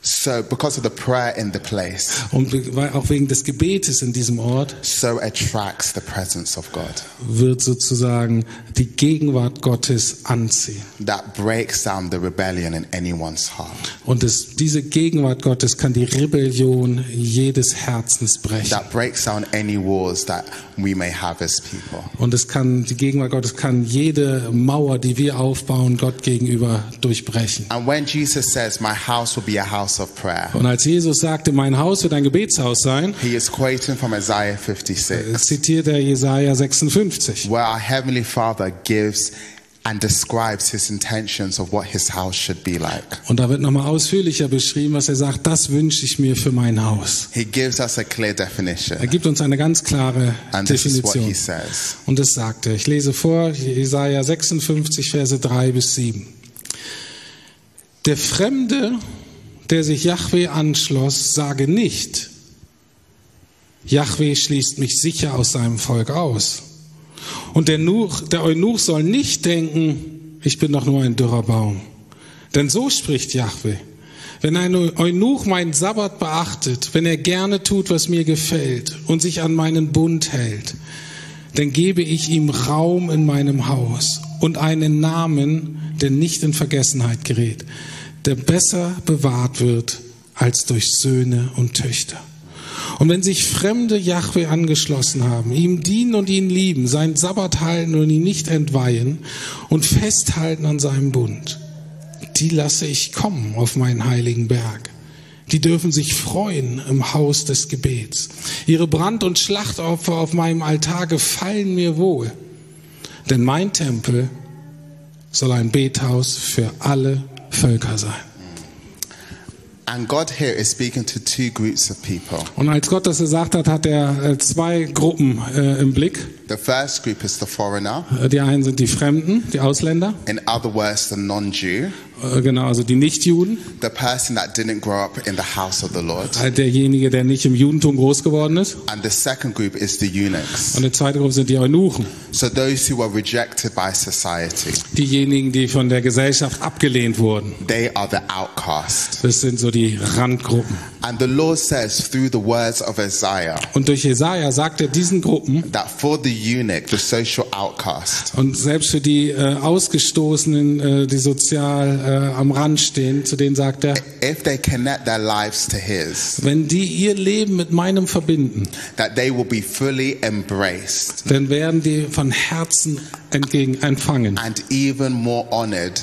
Speaker 2: So, because of the prayer in the place,
Speaker 1: und we- weil auch wegen des Gebetes in diesem Ort
Speaker 2: so attracts the presence of God
Speaker 1: wird sozusagen die Gegenwart Gottes anziehen.
Speaker 2: that breaks down the rebellion in anyone's heart.
Speaker 1: Und es, diese Gegenwart Gottes kann die Rebellion jedes Herzens brechen.
Speaker 2: that breaks down any walls that we may have as people.
Speaker 1: Und es kann, die Gegenwart Gottes kann jede Mauer, die wir aufbauen, Gott gegenüber durchbrechen.
Speaker 2: And when Jesus says, My house will be a house of prayer,
Speaker 1: Und als Jesus sagte, mein Haus wird ein Gebetshaus sein,
Speaker 2: he is quoting from Isaiah 56,
Speaker 1: zitiert er Jesaja 56,
Speaker 2: where our Heavenly Father gives and describes his intentions of what his house should be like.
Speaker 1: und da wird nochmal ausführlicher beschrieben, was er sagt, das wünsche ich mir für mein Haus.
Speaker 2: He gives us a clear
Speaker 1: Er
Speaker 2: definition.
Speaker 1: gibt uns eine ganz klare
Speaker 2: And this is what he
Speaker 1: Definition.
Speaker 2: says.
Speaker 1: Und es sagte, ich lese vor, Jesaja 56, Verse 3 bis 7. Der Fremde, der sich Yahweh anschloss, sage nicht, Yahweh schließt mich sicher aus seinem Volk aus. Und der, Nuch, der Eunuch soll nicht denken, ich bin doch nur ein dürrer Baum. Denn so spricht Jahwe. Wenn ein Eunuch meinen Sabbat beachtet, wenn er gerne tut, was mir gefällt und sich an meinen Bund hält, dann gebe ich ihm Raum in meinem Haus und einen Namen, der nicht in Vergessenheit gerät, der besser bewahrt wird als durch Söhne und Töchter. Und wenn sich Fremde Jahwe angeschlossen haben, ihm dienen und ihn lieben, seinen Sabbat halten und ihn nicht entweihen und festhalten an seinem Bund, die lasse ich kommen auf meinen heiligen Berg. Die dürfen sich freuen im Haus des Gebets. Ihre Brand- und Schlachtopfer auf meinem Altar gefallen mir wohl. Denn mein Tempel soll ein Bethaus für alle Völker sein.
Speaker 2: And God here is speaking to two groups of people.
Speaker 1: Und als Gott das gesagt hat, hat er äh, zwei Gruppen äh, im Blick.
Speaker 2: The first group is the foreigner,
Speaker 1: Äh, Die einen sind die Fremden, die Ausländer,
Speaker 2: in other words, the non Jew,
Speaker 1: äh, genau, also die Nichtjuden,
Speaker 2: the person that didn't grow up in the house of the Lord.
Speaker 1: äh, derjenige, der nicht im Judentum groß geworden ist.
Speaker 2: And the second group is the eunuchs,
Speaker 1: Und die zweite Gruppe sind die Eunuchen,
Speaker 2: so those who were rejected by society.
Speaker 1: diejenigen, die von der Gesellschaft abgelehnt wurden.
Speaker 2: They are the outcast.
Speaker 1: Das sind so die Randgruppen.
Speaker 2: And the Lord says through the words of Isaiah
Speaker 1: Und durch Jesaja sagt er diesen Gruppen
Speaker 2: that for the eunuch, the social outcast,
Speaker 1: und selbst für die äh, Ausgestoßenen, äh, die sozial äh, am Rand stehen, zu denen sagt er,
Speaker 2: if they connect their lives to His,
Speaker 1: wenn die ihr Leben mit meinem verbinden,
Speaker 2: that they will be fully embraced
Speaker 1: dann werden die von Herzen entgegen empfangen.
Speaker 2: and even more honored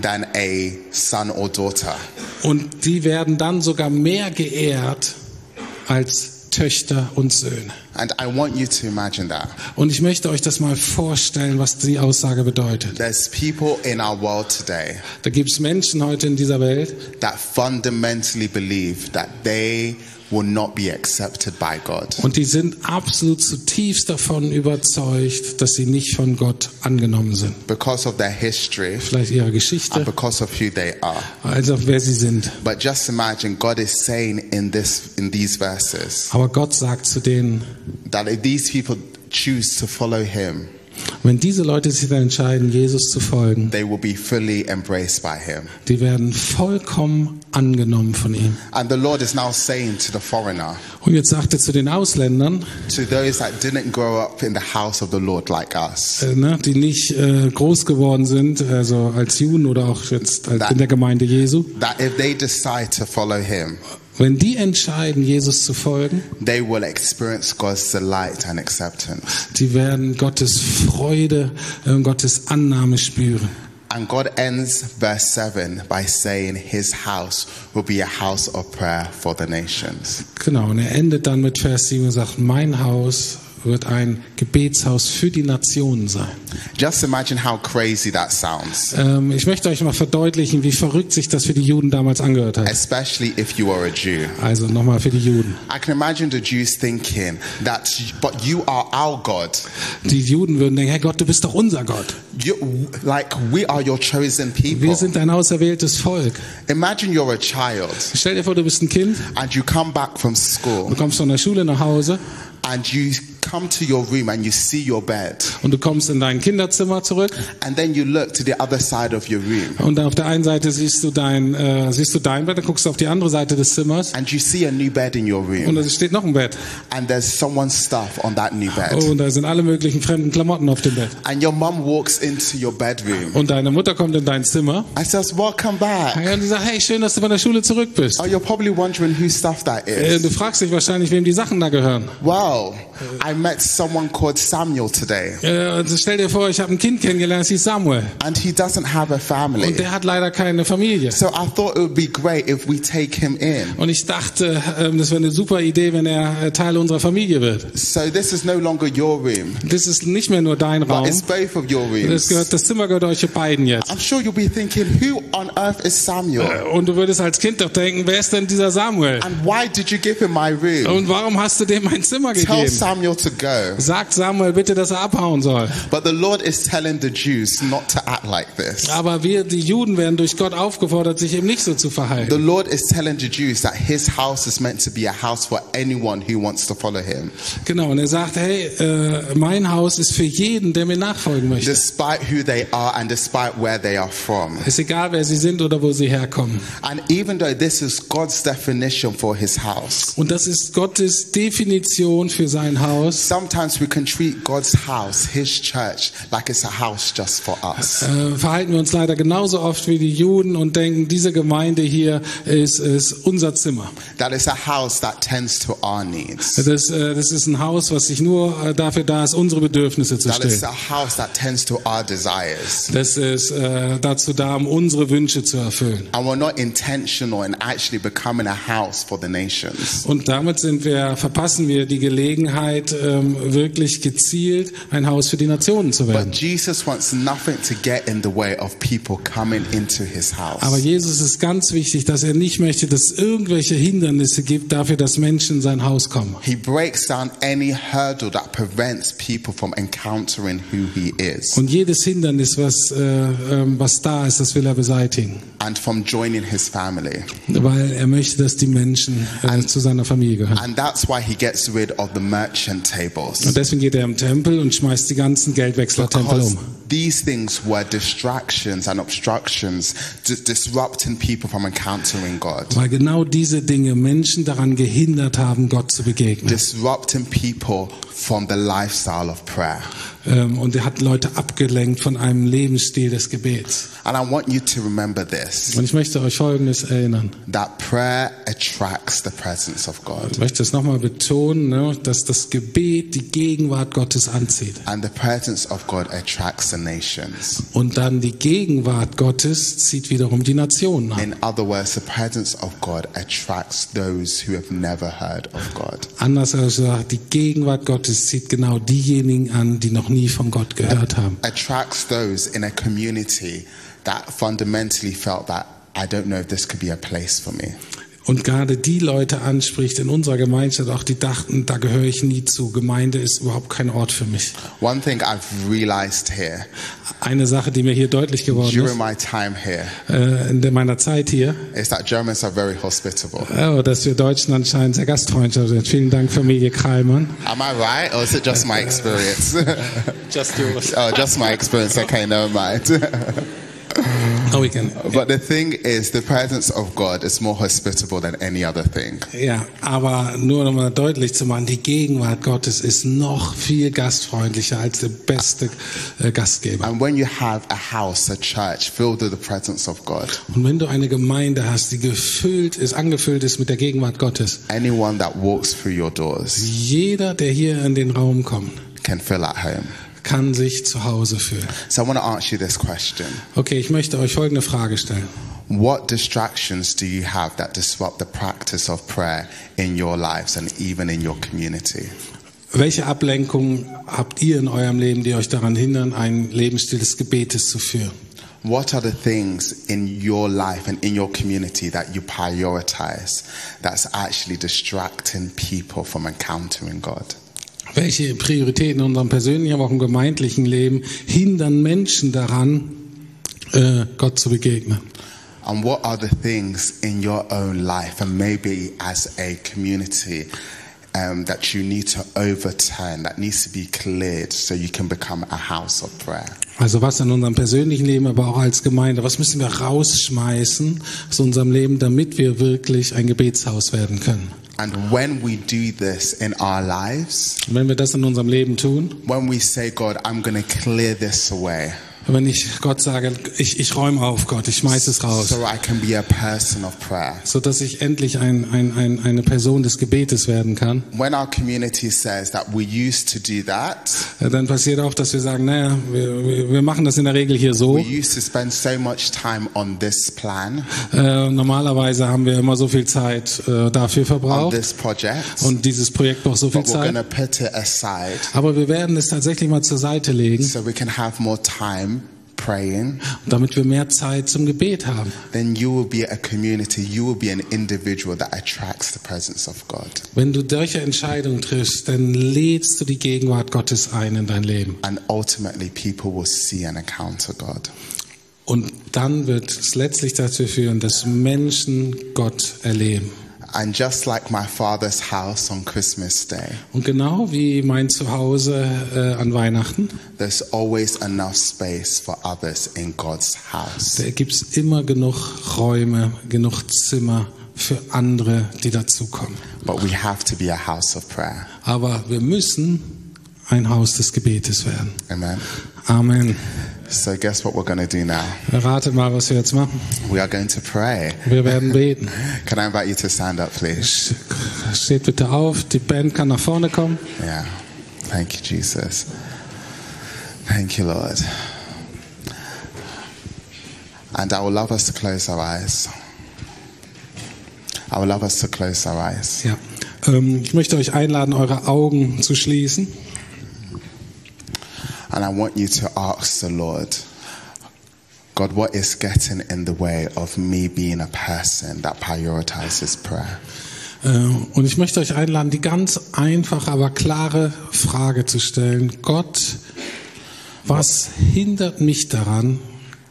Speaker 2: than a son or daughter.
Speaker 1: Und die werden dann sogar mehr geehrt als Töchter und Söhne.
Speaker 2: And I want you to imagine that.
Speaker 1: Und ich möchte euch das mal vorstellen, was die Aussage bedeutet.
Speaker 2: There's people in our world today
Speaker 1: Da gibt es Menschen heute in dieser Welt,
Speaker 2: that fundamentally believe that they will not be accepted by God.
Speaker 1: Und die sind absolut zutiefst davon überzeugt, dass sie nicht von Gott angenommen sind.
Speaker 2: because of their history
Speaker 1: Vielleicht ihre
Speaker 2: and
Speaker 1: Geschichte,
Speaker 2: because of who they are.
Speaker 1: als auch wer sie sind.
Speaker 2: But just imagine God is saying in this in these verses
Speaker 1: Aber Gott sagt zu denen,
Speaker 2: that if these people choose to follow him,
Speaker 1: wenn diese Leute sich dann entscheiden, Jesus zu folgen,
Speaker 2: they will be fully embraced by him.
Speaker 1: die werden vollkommen angenommen von ihm.
Speaker 2: And the Lord is now saying to the foreigner,
Speaker 1: Und jetzt sagt er zu den Ausländern,
Speaker 2: to those that didn't grow up in the house of the Lord like us,
Speaker 1: äh, ne, die nicht äh, groß geworden sind, also als Juden oder auch jetzt als in der Gemeinde Jesu,
Speaker 2: that if they decide to follow him,
Speaker 1: wenn die entscheiden, Jesus zu folgen,
Speaker 2: they will experience God's delight and acceptance.
Speaker 1: die werden Gottes Freude, äh, Gottes Annahme spüren.
Speaker 2: And God ends verse 7 by saying his house will be a house of prayer for the nations.
Speaker 1: Genau, und er endet dann mit Vers 7 und sagt, mein Haus wird ein Gebetshaus für die Nationen sein.
Speaker 2: Just imagine how crazy that sounds,
Speaker 1: Ähm, ich möchte euch mal verdeutlichen, wie verrückt sich das für die Juden damals angehört hat.
Speaker 2: especially if you are a Jew.
Speaker 1: Also nochmal für die Juden.
Speaker 2: I can imagine the Jews thinking that, but you are our God.
Speaker 1: Die Juden würden denken, Herr Gott, du bist doch unser Gott.
Speaker 2: You, like, we are your chosen people.
Speaker 1: Wir sind ein auserwähltes Volk.
Speaker 2: Imagine you're a child
Speaker 1: Stell dir vor, du bist ein Kind,
Speaker 2: and you come back from school
Speaker 1: du kommst von der Schule nach Hause
Speaker 2: and you come to your room and you see your bed
Speaker 1: und du kommst in dein Kinderzimmer zurück
Speaker 2: and then you look to the other side of your room
Speaker 1: und auf der einen Seite siehst du dein, äh, siehst du dein Bett, dann guckst du auf die andere Seite des Zimmers
Speaker 2: and you see a new bed in your
Speaker 1: und
Speaker 2: room
Speaker 1: da steht noch ein Bett.
Speaker 2: and there's someone's stuff on that new bed.
Speaker 1: Oh, und da sind alle möglichen fremden Klamotten auf dem Bett.
Speaker 2: And your mum walks into your bedroom
Speaker 1: Und deine Mutter kommt in dein Zimmer
Speaker 2: and says, welcome back.
Speaker 1: und die sagt, hey, schön, dass du von der Schule zurück bist.
Speaker 2: Oh, you're probably wondering whose stuff that
Speaker 1: Äh, Du
Speaker 2: is.
Speaker 1: fragst dich wahrscheinlich, wem die Sachen da gehören.
Speaker 2: Well, I met someone called Samuel today,
Speaker 1: Äh, Also stell dir vor, ich habe ein Kind kennengelernt, das hieß Samuel.
Speaker 2: and he doesn't have a family.
Speaker 1: Und der hat leider keine Familie.
Speaker 2: So I thought it would be great if we take him in.
Speaker 1: Und ich dachte, ähm, das wäre eine super Idee, wenn er äh, Teil unserer Familie wird.
Speaker 2: So this is no longer your room,
Speaker 1: Das ist nicht mehr nur dein
Speaker 2: but it's
Speaker 1: Raum.
Speaker 2: both of your
Speaker 1: Das,
Speaker 2: rooms.
Speaker 1: gehört, das Zimmer gehört euch beiden jetzt. Äh,
Speaker 2: I'm sure you'll be thinking, who on earth is Samuel?
Speaker 1: Und du würdest als Kind doch denken, wer ist denn dieser Samuel?
Speaker 2: And why did you give him my room?
Speaker 1: Und warum hast du dem mein Zimmer
Speaker 2: Tell
Speaker 1: gegeben?
Speaker 2: Samuel to go.
Speaker 1: Sagt Samuel bitte, dass er abhauen soll.
Speaker 2: But the Lord is telling the Jews not to act like this.
Speaker 1: Aber wir, die Juden, werden durch Gott aufgefordert, sich eben nicht so zu
Speaker 2: The
Speaker 1: verhalten.
Speaker 2: Lord is telling the Jews that his house is meant to be a house for anyone who wants to follow him.
Speaker 1: Genau, und er sagt, hey, äh, mein Haus ist für jeden, der mir nachfolgen möchte.
Speaker 2: despite who they are and despite where they are from.
Speaker 1: Ist egal, wer sie sind oder wo sie herkommen.
Speaker 2: And even though this is God's definition for his house,
Speaker 1: Und das ist Gottes Definition für sein Haus.
Speaker 2: sometimes we can treat God's house, his church, like it's a house just for us.
Speaker 1: Äh, verhalten wir uns leider genauso oft wie die Juden und denken, diese Gemeinde hier ist, ist unser Zimmer.
Speaker 2: That it's a house that tends to our needs.
Speaker 1: Das, äh, das ist ein Haus, was sich nur äh, dafür da ist, unsere Bedürfnisse zu
Speaker 2: That it's
Speaker 1: stillen.
Speaker 2: a house that tends to our our desires.
Speaker 1: Das ist äh, dazu da, um unsere Wünsche zu erfüllen.
Speaker 2: And we're not intentional in actually becoming a house for the nations.
Speaker 1: Und damit sind wir, verpassen wir die Gelegenheit, ähm, wirklich gezielt ein Haus für die Nationen zu
Speaker 2: But
Speaker 1: werden.
Speaker 2: Jesus wants nothing to get in the way of people coming into his
Speaker 1: Aber
Speaker 2: house.
Speaker 1: Jesus ist ganz wichtig, dass er nicht möchte, dass es irgendwelche Hindernisse gibt dafür, dass Menschen in sein Haus kommen.
Speaker 2: He breaks down any hurdle that prevents people from encountering who he is
Speaker 1: Und jedes Hindernis, was, äh, ähm, was da ist, das will er beseitigen.
Speaker 2: and from joining his family.
Speaker 1: Weil er möchte, dass die Menschen äh, zu seiner Familie gehören.
Speaker 2: And that's why he gets rid of the merchant
Speaker 1: Und
Speaker 2: tables.
Speaker 1: deswegen geht er im Tempel und schmeißt die ganzen Geldwechslertempel
Speaker 2: Because
Speaker 1: um.
Speaker 2: these things were distractions and obstructions, dis- disrupting people from encountering God,
Speaker 1: Weil genau diese Dinge Menschen daran gehindert haben, Gott zu begegnen.
Speaker 2: disrupting people from the lifestyle of prayer.
Speaker 1: Ähm, Und er hat Leute abgelenkt von einem Lebensstil des Gebets.
Speaker 2: And I want you to remember this
Speaker 1: Und ich möchte euch Folgendes erinnern.
Speaker 2: that prayer attracts the presence of God,
Speaker 1: Ich möchte es nochmal betonen, ne, dass das Gebet die Gegenwart Gottes anzieht.
Speaker 2: and the presence of God attracts the nations.
Speaker 1: Und dann die Gegenwart Gottes zieht wiederum die Nationen an.
Speaker 2: In other words, the presence of God attracts those who have never heard of God.
Speaker 1: Anders gesagt, die Gegenwart Gottes zieht genau diejenigen an, die noch nie von Gott gehört haben.
Speaker 2: attracts those in a community that fundamentally felt that I don't know if this could be a place for me.
Speaker 1: Und gerade die Leute anspricht in unserer Gemeinschaft, auch die dachten, da gehöre ich nie zu. Gemeinde ist überhaupt kein Ort für mich.
Speaker 2: One thing I've realized here
Speaker 1: Eine Sache, die mir hier deutlich geworden
Speaker 2: during
Speaker 1: ist,
Speaker 2: my time here
Speaker 1: äh, in der- meiner Zeit hier,
Speaker 2: is that Germans are very hospitable.
Speaker 1: oh, dass wir Deutschen anscheinend sehr gastfreundschaftlich sind. Vielen Dank, Familie Kreimann.
Speaker 2: Am I right, or is it just my experience?
Speaker 1: [laughs] Just yours.
Speaker 2: oh, just my experience. Okay, never mind.
Speaker 1: [laughs] Oh, we can.
Speaker 2: but the thing is, the presence of God is more hospitable than any other thing.
Speaker 1: Ja, aber nur um mal deutlich zu machen, die Gegenwart Gottes ist noch viel gastfreundlicher als der beste äh, Gastgeber.
Speaker 2: And when you have a house, a church filled with the presence of God,
Speaker 1: Und wenn du eine Gemeinde hast, die gefüllt ist, angefüllt ist mit der Gegenwart Gottes,
Speaker 2: anyone that walks through your doors
Speaker 1: Jeder, der hier in den Raum kommt,
Speaker 2: can feel at home.
Speaker 1: kann sich zu Hause fühlen.
Speaker 2: So I want to ask you this question.
Speaker 1: Okay, ich möchte euch folgende Frage stellen.
Speaker 2: What distractions do you have that disrupt the practice of prayer in your lives and even in your community?
Speaker 1: Welche Ablenkungen habt ihr in eurem Leben, die euch daran hindern, einen Lebensstil des Gebetes zu führen?
Speaker 2: What are the things in your life and in your community that you prioritize that's actually distracting people from encountering God?
Speaker 1: Welche Prioritäten in unserem persönlichen, aber auch im gemeindlichen Leben hindern Menschen daran, äh, Gott zu begegnen?
Speaker 2: And what are the things in your own life and maybe as a community um, that you need to overturn, that needs to be cleared so you can become a house of prayer?
Speaker 1: Also was in unserem persönlichen Leben, aber auch als Gemeinde, was müssen wir rausschmeißen aus unserem Leben, damit wir wirklich ein Gebetshaus werden können?
Speaker 2: And when we do this in our lives,
Speaker 1: Und wenn wir das in unserem Leben tun,
Speaker 2: when we say, God, I'm going to clear this away
Speaker 1: Wenn ich Gott sage, ich, ich räume auf, Gott, ich schmeiß es raus,
Speaker 2: so I can be a person of prayer.
Speaker 1: so dass ich endlich ein, ein, ein, eine Person des Gebetes werden kann,
Speaker 2: When our community says that we used to do that,
Speaker 1: äh, dann passiert auch, dass wir sagen, naja, wir, wir- wir machen das in der Regel hier so.
Speaker 2: we used to spend so much time on this plan,
Speaker 1: Äh, normalerweise haben wir immer so viel Zeit äh, dafür
Speaker 2: on
Speaker 1: verbraucht
Speaker 2: this project,
Speaker 1: und dieses Projekt braucht so viel
Speaker 2: but we're going
Speaker 1: Zeit.
Speaker 2: to put it aside
Speaker 1: Aber wir werden es tatsächlich mal zur Seite legen,
Speaker 2: so we can have more time praying.
Speaker 1: damit wir mehr Zeit zum Gebet haben.
Speaker 2: Then you will be a community, you will be an individual that attracts the presence of God.
Speaker 1: Wenn du solche Entscheidungen triffst, dann lädst du die Gegenwart Gottes ein in dein Leben.
Speaker 2: And ultimately, people will see and encounter God.
Speaker 1: Und dann wird es letztlich dazu führen, dass Menschen Gott erleben.
Speaker 2: And just like my father's house on Christmas Day,
Speaker 1: Und genau wie mein Zuhause äh, an Weihnachten,
Speaker 2: there's always enough space for others in God's house.
Speaker 1: da gibt's immer genug Räume, genug Zimmer für andere, die dazukommen.
Speaker 2: But we have to be a house of prayer.
Speaker 1: Aber wir müssen ein Haus des Gebetes werden.
Speaker 2: Amen.
Speaker 1: Amen.
Speaker 2: So, guess what we're going to do now?
Speaker 1: Ratet mal, was wir jetzt machen.
Speaker 2: We are going to pray.
Speaker 1: Wir werden beten.
Speaker 2: Can I invite you to stand up, please?
Speaker 1: Steht bitte auf, die Band kann nach vorne kommen.
Speaker 2: Yeah. Thank you, Jesus. Thank you, Lord. And I would love us to close our eyes. I would love us to close our eyes.
Speaker 1: Ja. Ähm, ich möchte euch einladen, eure Augen zu schließen.
Speaker 2: And I want you to ask the Lord, God, what is getting in the way of me being a person that prioritizes prayer?
Speaker 1: Äh, und ich möchte euch einladen, die ganz einfache, aber klare Frage zu stellen. Gott, was hindert mich daran,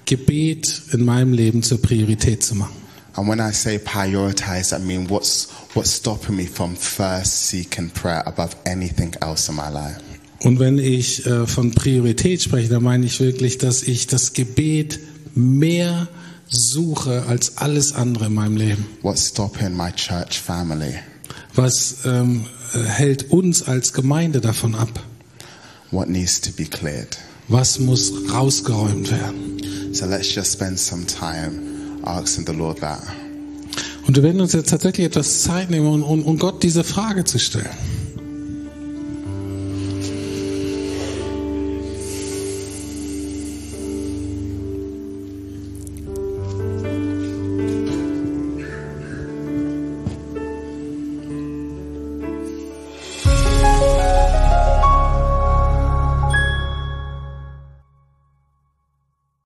Speaker 1: Gebet in meinem Leben zur Priorität zu machen?
Speaker 2: And when I say prioritize, I mean what's what's stopping me from first seeking prayer above anything else in my life?
Speaker 1: Und wenn ich äh, von Priorität spreche, dann meine ich wirklich, dass ich das Gebet mehr suche als alles andere in meinem Leben.
Speaker 2: What's stopping my church family?
Speaker 1: Was ähm, hält uns als Gemeinde davon ab?
Speaker 2: What needs to be cleared?
Speaker 1: Was muss rausgeräumt werden?
Speaker 2: So let's just spend some time asking the Lord that.
Speaker 1: Und wir werden uns jetzt tatsächlich etwas Zeit nehmen, um, um, um Gott diese Frage zu stellen.